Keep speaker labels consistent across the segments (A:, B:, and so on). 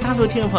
A: 大陆听众朋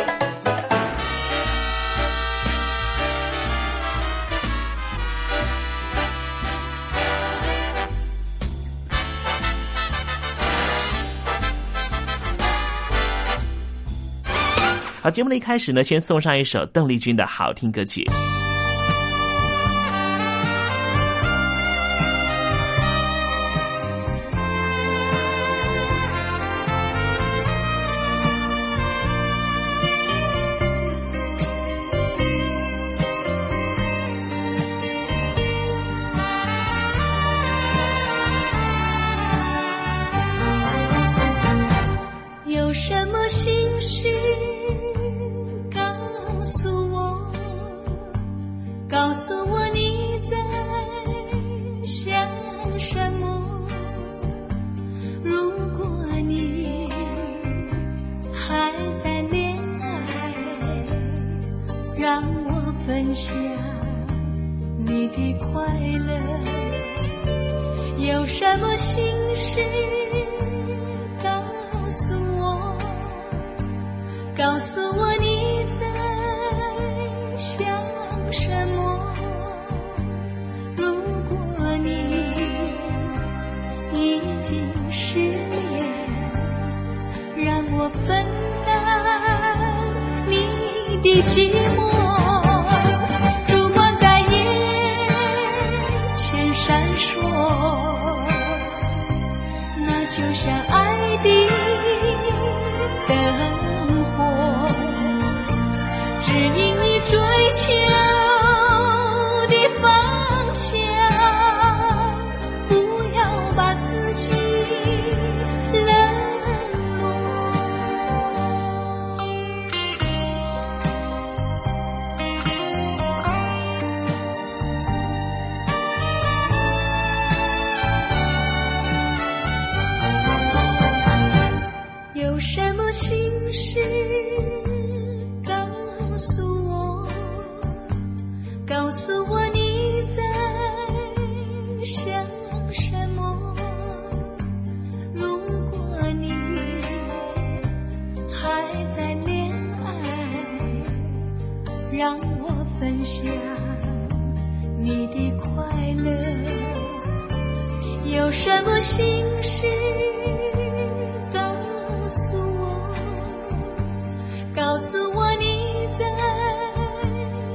A: 好，节目的一开始呢，先送上一首邓丽君的好听歌曲。
B: 有什么心事告诉我，
C: 分享你的快乐。有什么心事告诉我，告诉我你在想什么。如果你已经失恋，让我分担你的寂寞。烛光在眼前闪烁，那就像爱的灯火。指引你追求的方向。不要把自己冷落。有什么心事告诉我，告诉我你在想什么。如果你还在恋爱，让我分享你的快乐。有什么心事告诉我，告诉我你在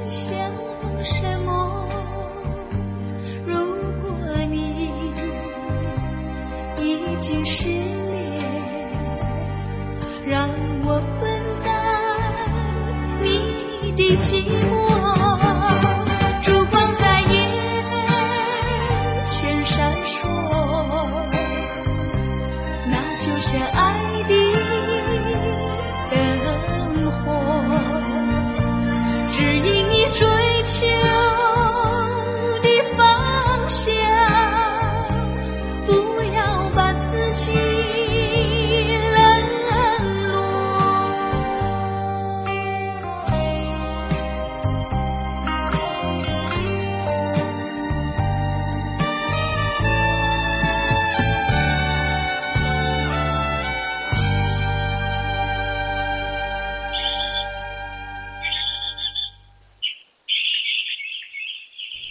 C: 想什么。如果你已经失恋，让我分担你的寂寞。烛光在眼前闪烁，那就像爱的灯火，指引你追求的方向。不要把自己冷落。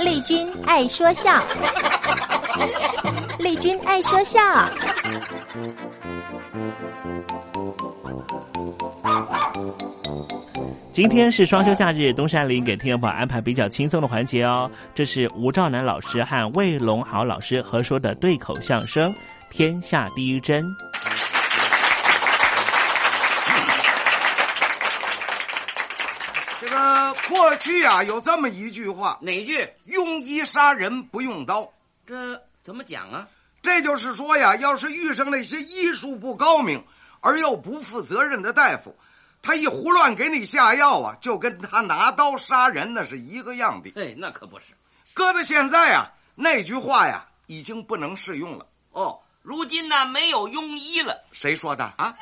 D: 丽君爱说笑， 丽君爱说笑，
A: 今天是双休假日，东山林给听众朋友安排比较轻松的环节哦。这是吴兆南老师和魏龙豪老师合说的对口相声《天下第一针》。
E: 这个过去啊，有这么一句话，
F: 哪句？
E: 庸医杀人不用刀。
F: 这怎么讲啊？
E: 这就是说呀，要是遇上那些医术不高明而又不负责任的大夫，他一胡乱给你下药啊，就跟他拿刀杀人那是一个样的。
F: 哎，那可不是。
E: 搁到现在啊，那句话呀已经不能适用了。
F: 哦，如今呢没有庸医了。
E: 谁说的
F: 啊？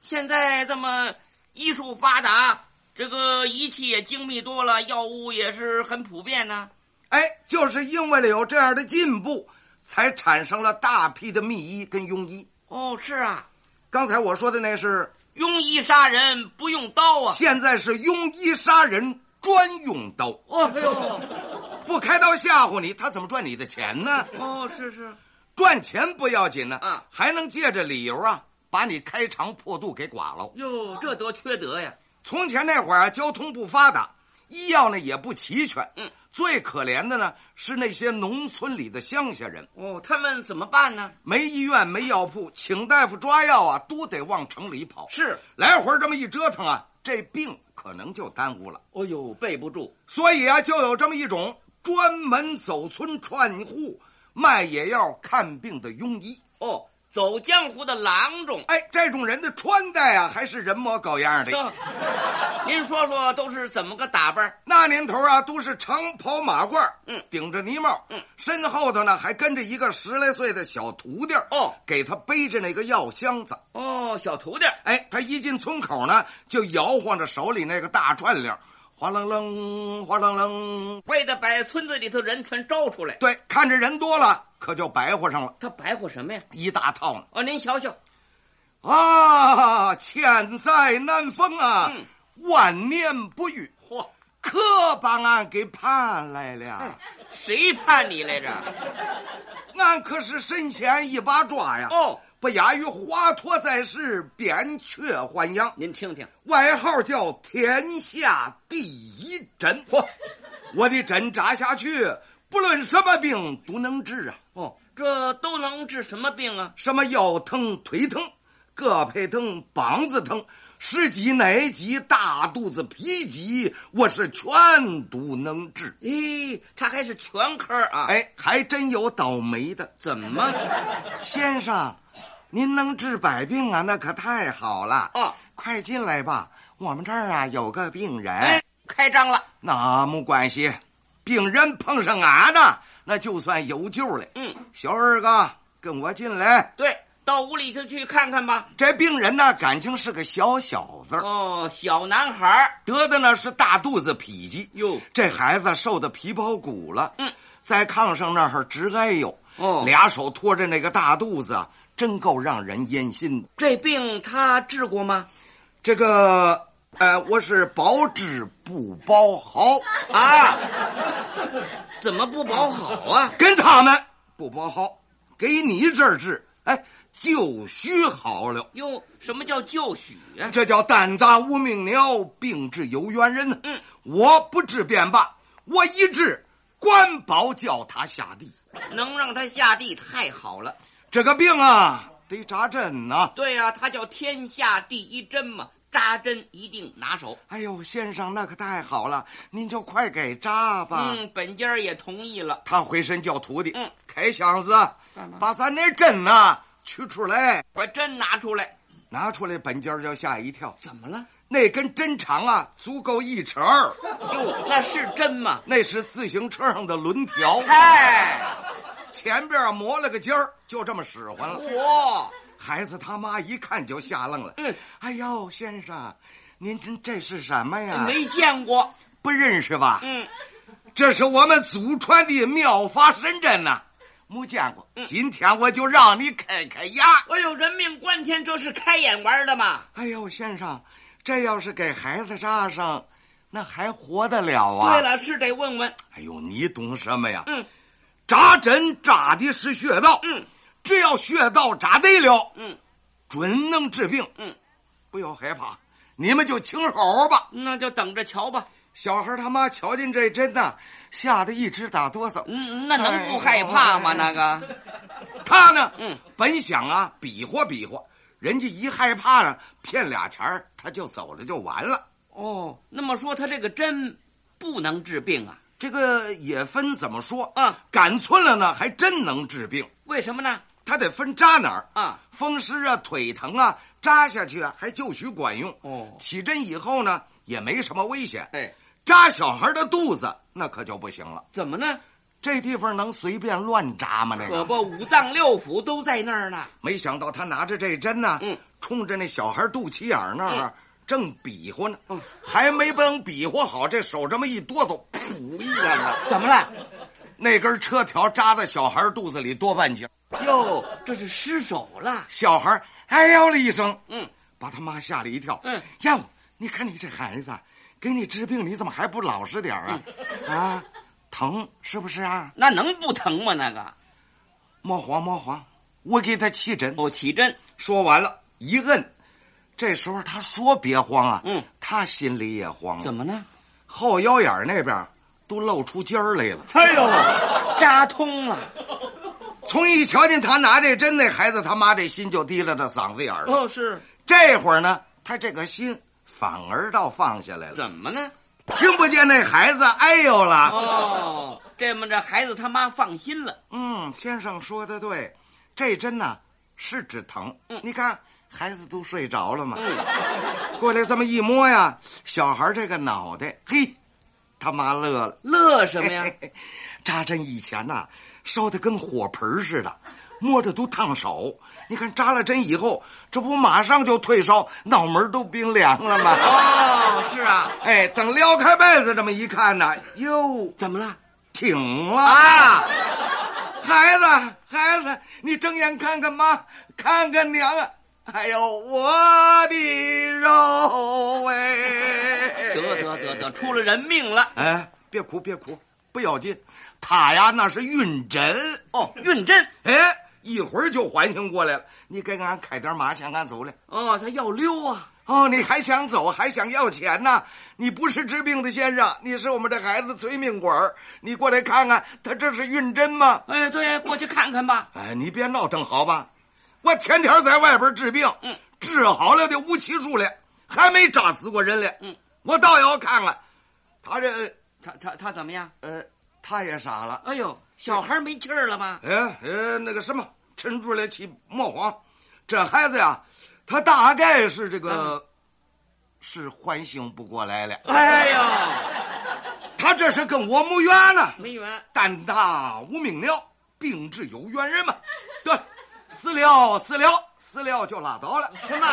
F: 现在这么医术发达，这个仪器也精密多了，药物也是很普遍呢、
E: 哎，就是因为了有这样的进步，才产生了大批的秘医跟庸医。
F: 哦，是啊，
E: 刚才我说的那是
F: 庸医杀人不用刀啊。
E: 现在是庸医杀人专用刀。
F: 哦，哎呦，
E: 不开刀吓唬你，他怎么赚你的钱呢？
F: 哦，是是，
E: 赚钱不要紧呢，
F: 啊
E: 还能借着理由啊，把你开肠破肚给剐了。
F: 哟，这多缺德呀！
E: 从前那会儿啊，交通不发达，医药呢也不齐全。
F: 嗯，
E: 最可怜的呢是那些农村里的乡下人，
F: 哦，他们怎么办呢？
E: 没医院，没药铺，请大夫抓药啊，都得往城里跑。
F: 是，
E: 来回这么一折腾啊，这病可能就耽误了。
F: 哦呦，备不住。
E: 所以啊，就有这么一种专门走村串户卖野药看病的庸医。
F: 哦，走江湖的郎中。
E: 哎，这种人的穿戴啊，还是人模狗样的。
F: 这 您说说都是怎么个打扮？
E: 那年头啊，都是长袍马褂，
F: 嗯
E: 顶着泥帽，
F: 嗯，
E: 身后头呢还跟着一个十来岁的小徒弟，
F: 哦，
E: 给他背着那个药箱子。
F: 哦，小徒弟。
E: 哎，他一进村口呢，就摇晃着手里那个大串铃，哗楞楞，哗楞楞。
F: 为的把村子里头人全招出来。
E: 对，看着人多了，可就白活上了，
F: 他白活什么呀？
E: 一大套呢。
F: 哦，您瞧瞧，
E: 啊，千载难逢啊，
F: 嗯
E: 万年不遇，
F: 嚯，
E: 可把俺给盼来了。
F: 谁判你来着？
E: 俺可是身前一把抓呀！
F: 哦，
E: 不亚于华佗在世，扁鹊还阳，
F: 您听听，
E: 外号叫天下第一针。嚯，我的针扎下去，不论什么病都能治啊！
F: 哦，这都能治什么病啊？
E: 什么腰疼、腿疼、胳膊疼、膀子疼、十级、奶级、大肚子、脾疾，我是全都能治。
F: 咦，他还是全科啊？，
E: 哎，还真有倒霉的，
F: 怎么？
E: 先生，您能治百病啊，那可太好了。
F: 哦，
E: 快进来吧，我们这儿啊有个病人，
F: 哎，开张了。
E: 那没关系，病人碰上俺呢，那就算有救了。
F: 嗯，
E: 小二哥，跟我进来。
F: 对，到屋里头去看看吧。
E: 这病人呢，感情是个小小子，
F: 哦，小男孩儿
E: 得的呢是大肚子痞疾。
F: 哟，
E: 这孩子瘦的皮包骨了，
F: 嗯，
E: 在炕上那儿直哎呦，
F: 哦
E: 俩手托着那个大肚子，真够让人烟心的。
F: 这病他治过吗？
E: 这个，呃，我是包治不包好啊，
F: 怎么不保好啊？
E: 跟他们不包好，给你这儿治，哎，就须好了。
F: 哟，什么叫就许啊？
E: 这叫胆大无命鸟，病治有缘人呢。
F: 嗯，
E: 我不治便罢，我一治，官保叫他下地。
F: 能让他下地太好了。
E: 这个病啊，得扎针呐、
F: 对呀、他叫天下第一针嘛，扎针一定拿手。
E: 哎呦，先生，那可太好了，您就快给扎吧。
F: 嗯，本家儿也同意了。
E: 他回身叫徒弟，
F: 嗯，
E: 开箱子，把咱那针呐取出来，
F: 把针拿出来，
E: 拿出来，本家儿就吓一跳，
F: 怎么了？
E: 那根针长啊，足够一尺儿，
F: 哟，那是针吗？
E: 那是自行车上的轮条，
F: 哎，
E: 前边儿磨了个尖儿，就这么使唤了。
F: 我
E: 孩子他妈一看就吓愣了，
F: 嗯，
E: 哎呦，先生，您这这是什么呀？
F: 哎没见过。
E: 不认识吧？
F: 嗯，
E: 这是我们祖传的妙法神针呐、没见过。
F: 嗯
E: 今天我就让你开开眼。
F: 哎呦，人命关天，这是开眼玩的嘛？
E: 哎呦，先生，这要是给孩子扎上，那还活得了啊？
F: 对，了，是得问问。
E: 哎呦，你懂什么呀？
F: 嗯
E: 扎针扎的是穴道，
F: 嗯
E: 只要穴道扎对了，
F: 嗯，
E: 准能治病。
F: 嗯，
E: 不要害怕，你们就听好吧。
F: 那就等着瞧吧。
E: 小孩他妈瞧见这针呐、吓得一直打哆嗦。
F: 嗯，那能不害怕吗？
E: 哎
F: 那个，
E: 他呢，
F: 嗯，
E: 本想啊比划比划，人家一害怕呢，骗俩钱儿他就走了，就完了。
F: 哦，那么说他这个针不能治病啊？
E: 这个也分怎么说
F: 啊？
E: 赶寸了呢，还真能治病。
F: 为什么呢？
E: 它得分扎哪儿
F: 啊，
E: 风湿啊、腿疼啊，扎下去啊还就许管用。
F: 哦，
E: 起针以后呢，也没什么危险。
F: 哎，
E: 扎小孩的肚子那可就不行了。
F: 怎么呢？
E: 这地方能随便乱扎吗？这
F: 可
E: 个
F: 不，五脏六腑都在那儿呢。
E: 没想到他拿着这针呢，
F: 嗯，
E: 冲着那小孩肚脐眼儿那儿啊正比划呢，
F: 嗯
E: 还没等比划好，这手这么一哆嗦，噗一下子，
F: 怎么了？
E: 那根车条扎在小孩肚子里多半截，
F: 哟，这是失手了。
E: 小孩哎呦了一声，
F: 嗯，
E: 把他妈吓了一跳。
F: 嗯，
E: 呀，你看你这孩子，给你治病你怎么还不老实点儿啊？啊，疼是不是
F: 嗯
E: 啊？
F: 那能不疼吗？那个
E: 莫慌莫慌，我给他起针。
F: 哦，起针
E: 说完了，一摁。这时候他说别慌啊，
F: 嗯，
E: 他心里也慌了，
F: 怎么呢？
E: 后腰眼儿那边儿都露出尖儿来了。
F: 哎呦，扎通了。
E: 从一瞧见他拿这针，那孩子他妈这心就提了到嗓子眼儿了。
F: 哦，是
E: 这会儿呢，他这个心反而倒放下来了，
F: 怎么呢？
E: 听不见那孩子哎呦了。
F: 哦，这么着，孩子他妈放心了。
E: 嗯，先生说的对，这针呐是止疼。
F: 嗯
E: 你看孩子都睡着了嘛，
F: 嗯
E: 过来这么一摸呀，小孩这个脑袋，嘿，他妈乐了。
F: 乐什么呀？
E: 扎针以前呐、烧的跟火盆似的，摸着都烫手。你看扎了针以后，这不马上就退烧，脑门都冰凉了吗？
F: 哦，是啊。
E: 哎，等撩开被子这么一看呐，哟，
F: 怎么了？
E: 挺了！
F: 啊
E: 孩子，孩子，你睁眼看看妈，看看娘啊！哎呦，我的肉哎！
F: 得得得得，！出了人命了。
E: 哎，别哭，别哭，不要紧，他呀那是晕针。
F: 哦，运针。
E: 哎，一会儿就缓醒过来了。你给俺开点麻钱，俺走了。
F: 哦，他要溜啊。
E: 哦，你还想走，还想要钱呢？你不是治病的先生，你是我们这孩子催命鬼儿。你过来看看，他这是晕针吗？
F: 哎，对，过去看看吧。
E: 哎，你别闹腾好吧？我天天在外边治病，
F: 嗯，
E: 治好了的无奇数来，还没扎死过人来。
F: 嗯，
E: 我倒要看看，他这
F: 他他他怎么样？
E: 呃，他也傻了。
F: 哎呦，小孩没气儿了吧？
E: 哎哎，那个什么，陈主来起莫慌，这孩子呀，他大概是这个，
F: 嗯
E: 是唤醒不过来了。
F: 哎呦，
E: 他这是跟我没缘呢。
F: 没缘。
E: 胆大无名了，病至有缘人嘛。 对，死了死了死了就拉倒了。
F: 什 么？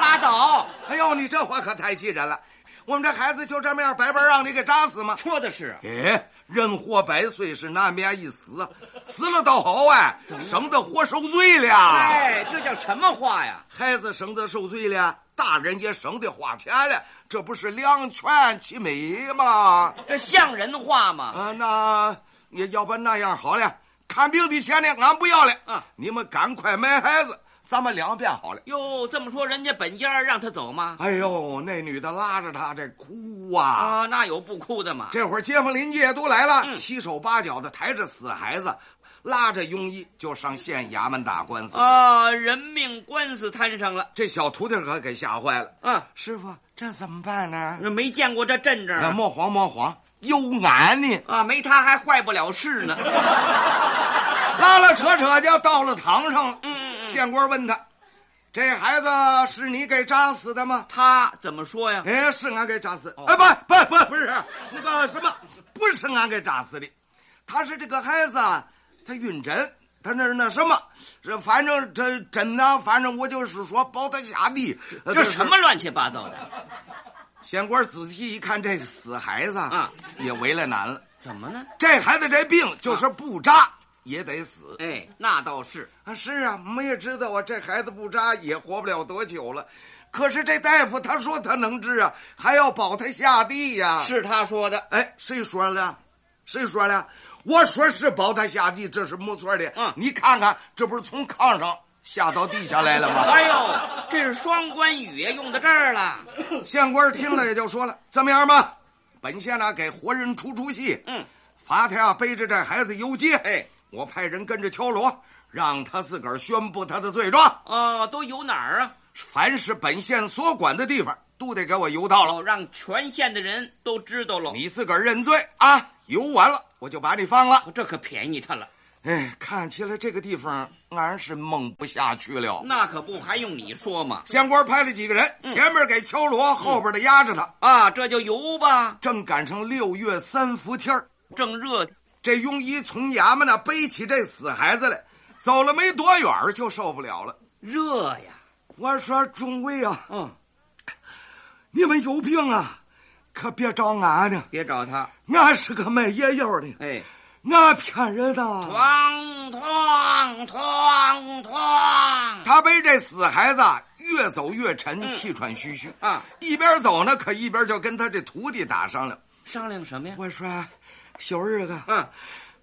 F: 拉倒！
E: 哎呦，你这话可太气人了！我们这孩子就这么样白白让你给扎死吗？
F: 说的是。啊
E: 哎，人活百岁是难免一死，啊，死了倒好哎，省得活受罪了。
F: 嗯哎，这叫什么话呀？
E: 孩子省得受罪了，大人也省得花钱了，这不是两全其美吗？
F: 这像人话吗？
E: 啊，那也要不然那样好了，看病的钱呢，俺不要了。
F: 啊，
E: 你们赶快买孩子，咱们两遍好了。
F: 哟，这么说人家本家让他走吗？
E: 哎呦，那女的拉着他这哭啊！
F: 啊，那有不哭的吗？
E: 这会儿街坊邻居也都来了，
F: 嗯
E: 七手八脚的抬着死孩子，拉着庸医就上县衙门打官司。
F: 啊，人命官司摊上了。
E: 这小徒弟可给吓坏了。
F: 啊，
E: 师傅，这怎么办呢？
F: 那没见过这阵仗
E: 哎
F: 啊
E: 莫慌莫慌，有俺呢。
F: 啊，没他还坏不了事呢。
E: 拉拉扯扯就到了堂上了。
F: 嗯嗯嗯，
E: 县官问他：“这孩子是你给扎死的吗
F: 他怎么说？”呀？哦
E: 哎，是俺给扎死。哎，不不不，不是那个什么，不是俺给扎死的，他是这个孩子啊，他晕针，他那那什么，是反正这针呢，反正我就是说保他下地。呃
F: 这什么？乱七八糟的？
E: 县官仔细一看，这死孩子
F: 啊，
E: 也为了难了。
F: 怎么呢？
E: 这孩子这病就是不扎也得死。
F: 哎，那倒是。
E: 啊，是啊，我们也知道啊，这孩子不扎也活不了多久了。可是这大夫他说他能治啊，还要保他下地呀、
F: 是他说的。
E: 哎，谁说的？谁说的？我说是保他下地，这是没错的。
F: 嗯
E: 你看看，这不是从炕上下到地下来了吗？
F: 哎呦，这是双关语啊用到这儿了。
E: 县官听了也就说了，这么样吧，本县呢给活人出出气，
F: 嗯，
E: 罚他呀啊背着这孩子游街。
F: 哎，
E: 我派人跟着敲锣，让他自个儿宣布他的罪状。
F: 哦，都游哪儿啊？
E: 凡是本县所管的地方，都得给我游到
F: 哦，
E: 了。
F: 让全县的人都知道了。
E: 你自个儿认罪啊！游完了，我就把你放了。
F: 哦这可便宜他了。
E: 哎，看起来这个地方俺是蒙不下去了。
F: 那可不，还用你说吗？嗯
E: 县官派了几个人，前面给敲锣，后边的压着他。
F: 啊，这就游吧。
E: 正赶上六月三伏天儿，
F: 正热。
E: 这庸医从衙门那背起这死孩子来，走了没多远儿就受不了了，
F: 热呀！
E: 我说中尉啊，
F: 嗯，
E: 你们有病啊，可别找俺呢，
F: 别找他，
E: 俺是个卖野药的，
F: 哎，
E: 俺骗人的。
F: 哐哐哐哐！
E: 他背这死孩子越走越沉，
F: 嗯
E: 气喘吁吁
F: 啊，
E: 一边走呢，可一边就跟他这徒弟打商量。
F: 商量什么呀？
E: 我说，小日子，
F: 嗯，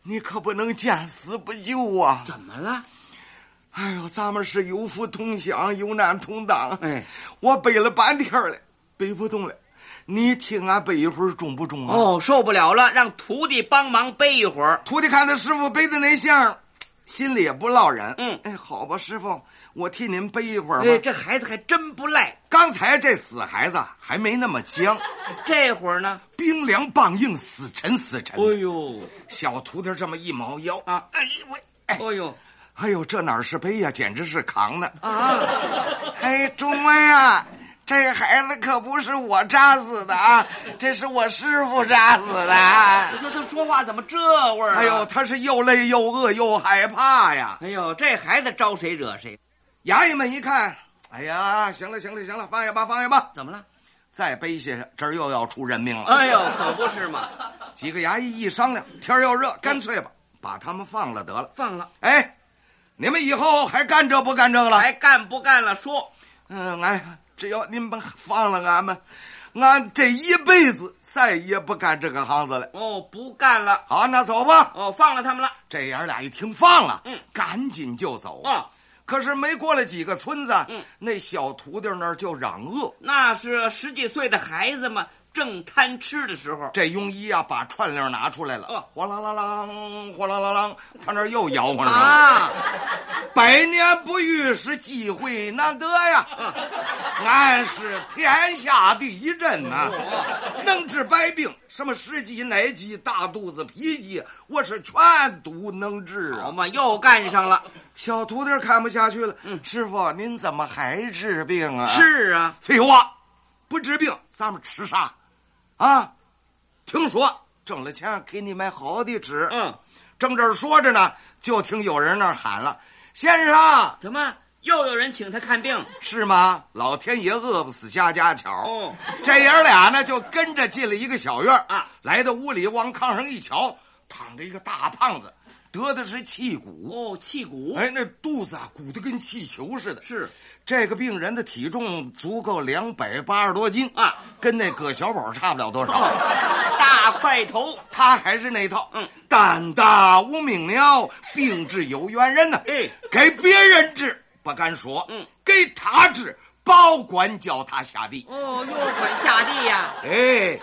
E: 你可不能见死不救啊！
F: 怎么了？
E: 哎呦，咱们是有福同享，有难同当。
F: 哎，
E: 我背了半天了，背不动了。你听俺背一会儿中不中啊？，
F: 哦，受不了了，让徒弟帮忙背一会儿。
E: 徒弟看他师傅背的那相，心里也不落忍。
F: 嗯
E: 哎，好吧，师傅，我替您背一会儿吧。
F: 哎，这孩子还真不赖。
E: 刚才这死孩子还没那么僵，
F: 这会儿呢？哎
E: 冰凉棒硬，死沉死沉。
F: 呦，
E: 小徒弟这么一猫腰
F: 啊
E: 哎我，哎
F: 哎呦
E: 哎呦，这哪是背呀、简直是扛呢！
F: 啊！
E: 哎，中尉啊，这孩子可不是我扎死的啊，这是我师傅扎死的啊。
F: 我说他说话怎么这味儿、啊？
E: 哎呦，，他是又累又饿又害怕呀！
F: 哎呦，这孩子招谁惹谁？
E: 衙役们一看，哎呀，行了行了行了，放下吧放下吧，
F: 怎么了？
E: 再背下去，这儿又要出人命了。
F: 哎呦，可不是嘛！
E: 几个衙役一商量，天儿要热，干脆吧，把他们放了得了。
F: 放了，
E: 哎，你们以后还干这不干这个了？
F: 还干不干了？说，
E: 嗯，哎，只要你们放了俺们，俺这一辈子再也不干这个行子了。
F: 哦，不干了，
E: 好，那走吧。
F: 哦，放了他们了。
E: 这爷儿俩一听放了，
F: 嗯，
E: 赶紧就走。
F: 哦，
E: 可是没过了几个村子，
F: 嗯，
E: 那小徒弟那儿就嚷饿。
F: 那是十几岁的孩子嘛，正贪吃的时候。
E: 这庸医啊，把串铃拿出来了，
F: 哦
E: 哗啦啦啦，哗啦啦啦，他那儿又摇晃上了。
F: 啊，
E: 百年不遇是机会难得呀，俺是天下第一针呐、能治百病，什么湿疾、奶疾、大肚子、脾疾，我是全都能治
F: 好
E: 啊。
F: 嘛，又干上了。
E: 小徒弟看不下去了，
F: 嗯
E: 师傅您怎么还治病啊？
F: 是啊，
E: 废话，不治病咱们吃啥？啊，听说挣了钱给你买好的吃。
F: 嗯，
E: 正这儿说着呢，就听有人那儿喊了：“先生。”
F: 怎么又有人请他看病？
E: 是吗？老天爷饿不死家家巧。
F: 哦，
E: 这爷儿俩呢就跟着进了一个小院儿
F: 啊，
E: 来到屋里往炕上一瞧，躺着一个大胖子，得的是气鼓。
F: 哦，气鼓。
E: 哎，那肚子啊鼓得跟气球似的。
F: 是
E: 这个病人的体重足够两百八十多斤
F: 啊，哦
E: 跟那葛小宝差不了多少。
F: 大块头，
E: 他还是那套，
F: 嗯，
E: 胆大无命鸟，病治有缘人呐、
F: 哎
E: 给别人治不敢说，
F: 嗯，
E: 给他治，保管叫他下地。
F: 哦，又管下地呀、
E: 哎，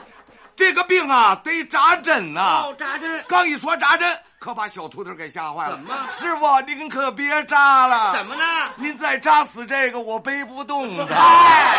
E: 这个病啊，得扎针呐、
F: 哦，扎针。
E: 刚一说扎针，可把小秃头给吓坏了。
F: 怎么
E: 师傅，您可别扎了。
F: 怎么呢？
E: 您再扎死这个，我背不动啊的。
F: 哎，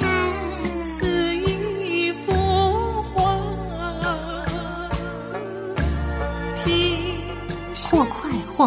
C: 看似一幅画，听
G: 或快或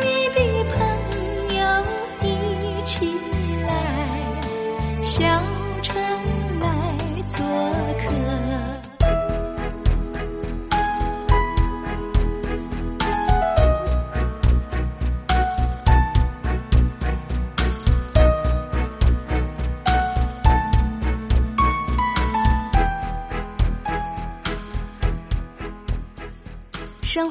C: 密的朋友一起来，小城来做客。
H: 生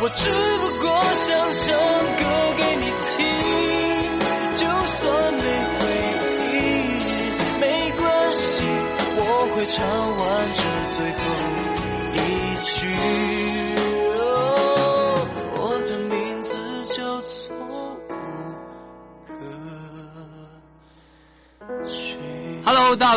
I: 我只不过想唱歌给你听，就算没回应，没关系，我会唱完这最后一句。哦，我的名字叫错无可寻。
J: Hello，大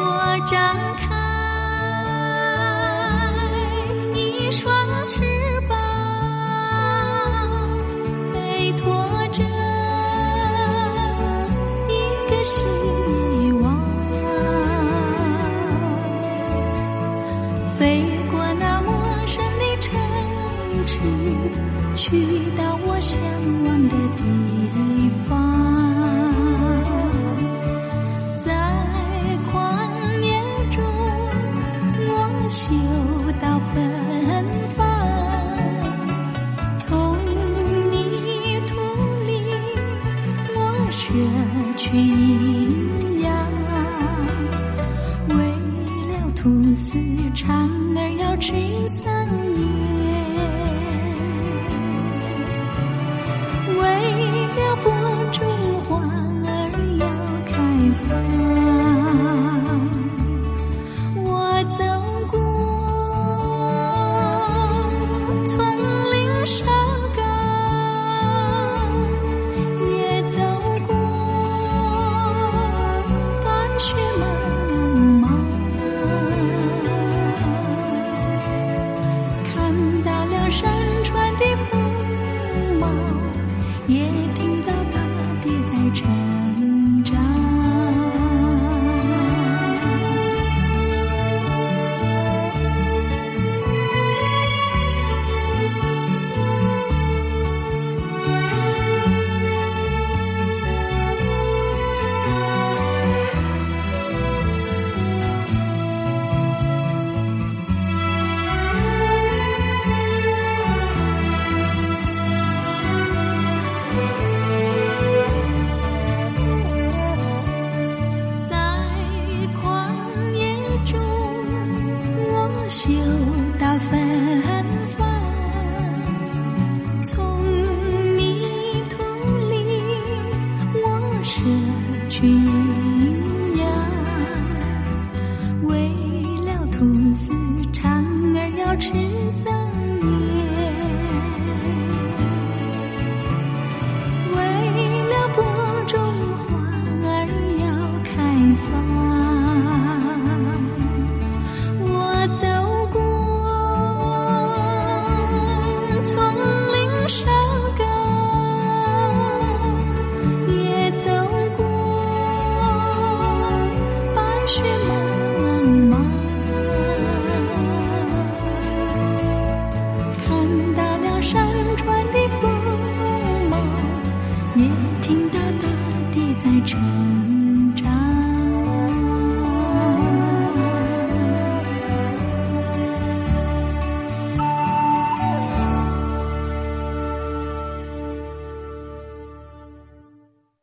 C: 我张开一双翅膀，背驮着一个希望，飞过那陌生的城池，去到我向往的地方。在狂野中，我嗅到芬芳；从泥土里，我摄取营养。为了吐丝长而要吃桑叶，为了播种花儿要开放。我走过丛林山岗，也走过白雪茫茫。看到了山川的风貌，也听到大地在成长。在旷野中，我嗅到芬芳；从泥土里，我摄取营养。为了吐丝长而要吃桑叶，为了播种花儿要开放。我走过丛林山岗，也走过白雪茫